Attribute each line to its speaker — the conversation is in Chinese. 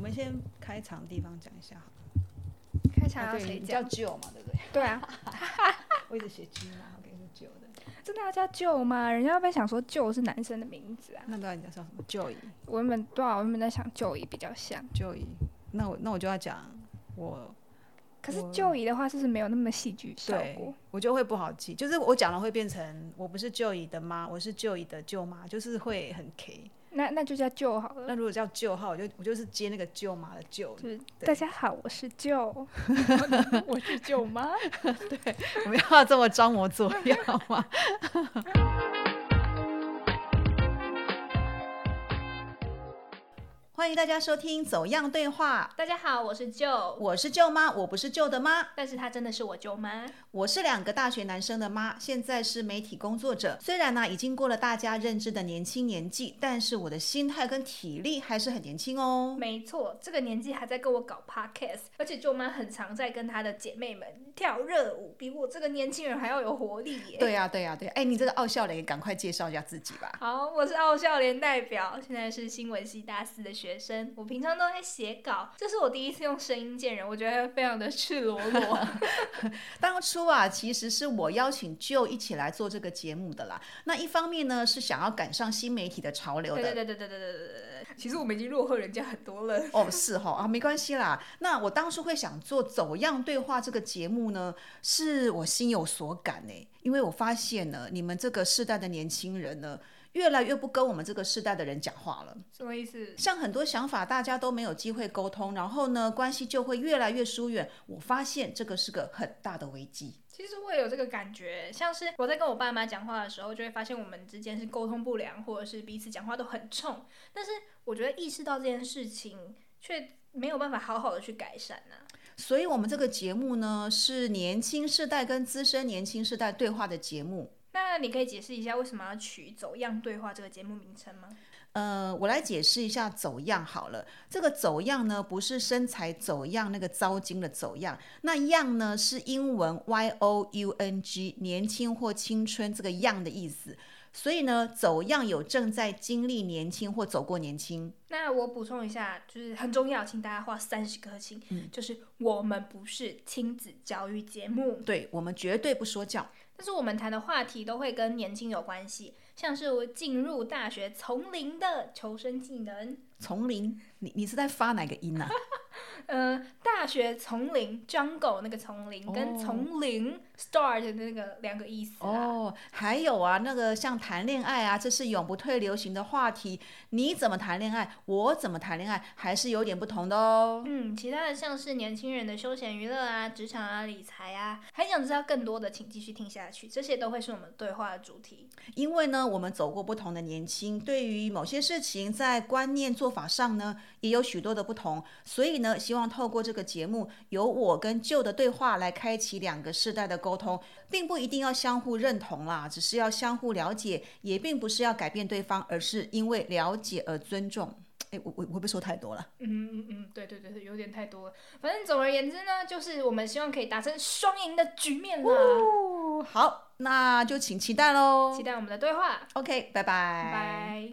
Speaker 1: 们先开场地方讲一下好了。
Speaker 2: 开场
Speaker 1: 啊
Speaker 2: 要
Speaker 1: 对
Speaker 2: 谁
Speaker 1: 你
Speaker 2: 讲
Speaker 1: 叫？舅嘛，对不对？
Speaker 2: 对 啊，
Speaker 1: 我一直写舅嘛，我跟你说舅的。
Speaker 2: 真的要叫舅吗？人家会不会想说舅是男生的名字啊？
Speaker 1: 那不知道你叫什么？舅姨，
Speaker 2: 我原本对啊，我原本在想舅姨比较像，
Speaker 1: 舅姨。那我那我就要讲我，
Speaker 2: 可是
Speaker 1: 我
Speaker 2: 舅姨的话是不是没有那么戏剧效
Speaker 1: 对
Speaker 2: 果？
Speaker 1: 我就会不好记，就是我讲了会变成我不是舅姨的妈，我是舅姨的舅妈，就是会很 K。
Speaker 2: 那那就叫舅好了。
Speaker 1: 那如果叫舅号，我就我就是接那个舅妈的舅，
Speaker 2: 就是
Speaker 1: 对
Speaker 2: 大家好，我是 舅，我是舅妈。
Speaker 1: 我们要这么装模作样吗？ 欢迎大家收听《走样对话
Speaker 2: 大家好，我是》，舅，
Speaker 1: 我是舅妈，我不是舅的妈，
Speaker 2: 但是她真的是我舅妈。
Speaker 1: 我是两个大学男生的妈，现在是媒体工作者。虽然呢、已经过了大家认知的年轻年纪，但是我的心态跟体力还是很年轻哦。
Speaker 2: 没错，这个年纪还在跟我搞 podcast，而且舅妈很常在跟她的姐妹们跳热舞，比我这个年轻人还要有活力耶。
Speaker 1: 对呀、对呀、对呀、哎，你这个傲笑脸，赶快介绍一下自己吧。
Speaker 2: 好，我是奥校联代表，现在是新闻系大四的学生。我平常都在写稿，这是我第一次用声音见人，我觉得非常的赤裸裸。
Speaker 1: 当初啊，其实是我邀请 Joe 一起来做这个节目的啦。那一方面呢，是想要赶上新媒体的潮流
Speaker 2: 对对
Speaker 1: 的。
Speaker 2: 对对对对对对对对。其实我们已经落后人家很多了。
Speaker 1: 哦，是哈啊，没关系啦。那我当初会想做《走样对话》这个节目呢，是我心有所感呢、因为我发现呢，你们这个世代的年轻人呢，越来越不跟我们这个世代的人讲话了。
Speaker 2: 什么意思？
Speaker 1: 像很多想法大家都没有机会沟通，然后呢，关系就会越来越疏远。我发现这个是个很大的危机。
Speaker 2: 其实我也有这个感觉，像是我在跟我爸妈讲话的时候，就会发现我们之间是沟通不良，或者是彼此讲话都很冲。但是我觉得意识到这件事情，却没有办法好好的去改善啊呐、
Speaker 1: 所以，我们这个节目呢，是年轻世代跟资深年轻世代对话的节目。
Speaker 2: 那你可以解释一下为什么要取“走样对话”这个节目名称吗？
Speaker 1: 呃，我来解释一下走样好了。这个走样呢，不是身材走样那个糟精的走样，那样呢是英文 y o u n g 年轻或青春这个样的意思。所以呢，走样有正在经历年轻或走过年轻。
Speaker 2: 那我补充一下，就是很重要，请大家画三十颗星。就是我们不是亲子教育节目，
Speaker 1: 对我们绝对不说教。
Speaker 2: 但是我们谈的话题都会跟年轻有关系，像是我进入大学从零的求生技能，
Speaker 1: 丛林，你你是在发哪个音啊？
Speaker 2: 呃，大学从零 jungle 那个从零、跟
Speaker 1: 哦
Speaker 2: 从零 start 的那个两个意思啊。
Speaker 1: 哦，还有啊，那个像谈恋爱啊，这是永不退流行的话题。你怎么谈恋爱，我怎么谈恋爱，还是有点不同的哦。
Speaker 2: 嗯，其他的像是年轻人的休闲娱乐啊、职场啊、理财啊，还想知道更多的，请继续听下去，这些都会是我们对话的主题。
Speaker 1: 因为呢，我们走过不同的年轻，对于某些事情在观念做法上呢，也有许多的不同。所以呢，希望透过这个节目，由我跟旧的对话来开启两个世代的沟通，并不一定要相互认同啦，只是要相互了解，也并不是要改变对方，而是因为了解而尊重。哎，我我我会不会说太多了？
Speaker 2: 嗯嗯嗯，对对对，对有点太多了。反正总而言之呢，就是我们希望可以达成双赢的局面啦。哦
Speaker 1: 好，那就请期待喽
Speaker 2: 期。待我们的对话，
Speaker 1: OK，拜拜。
Speaker 2: 拜。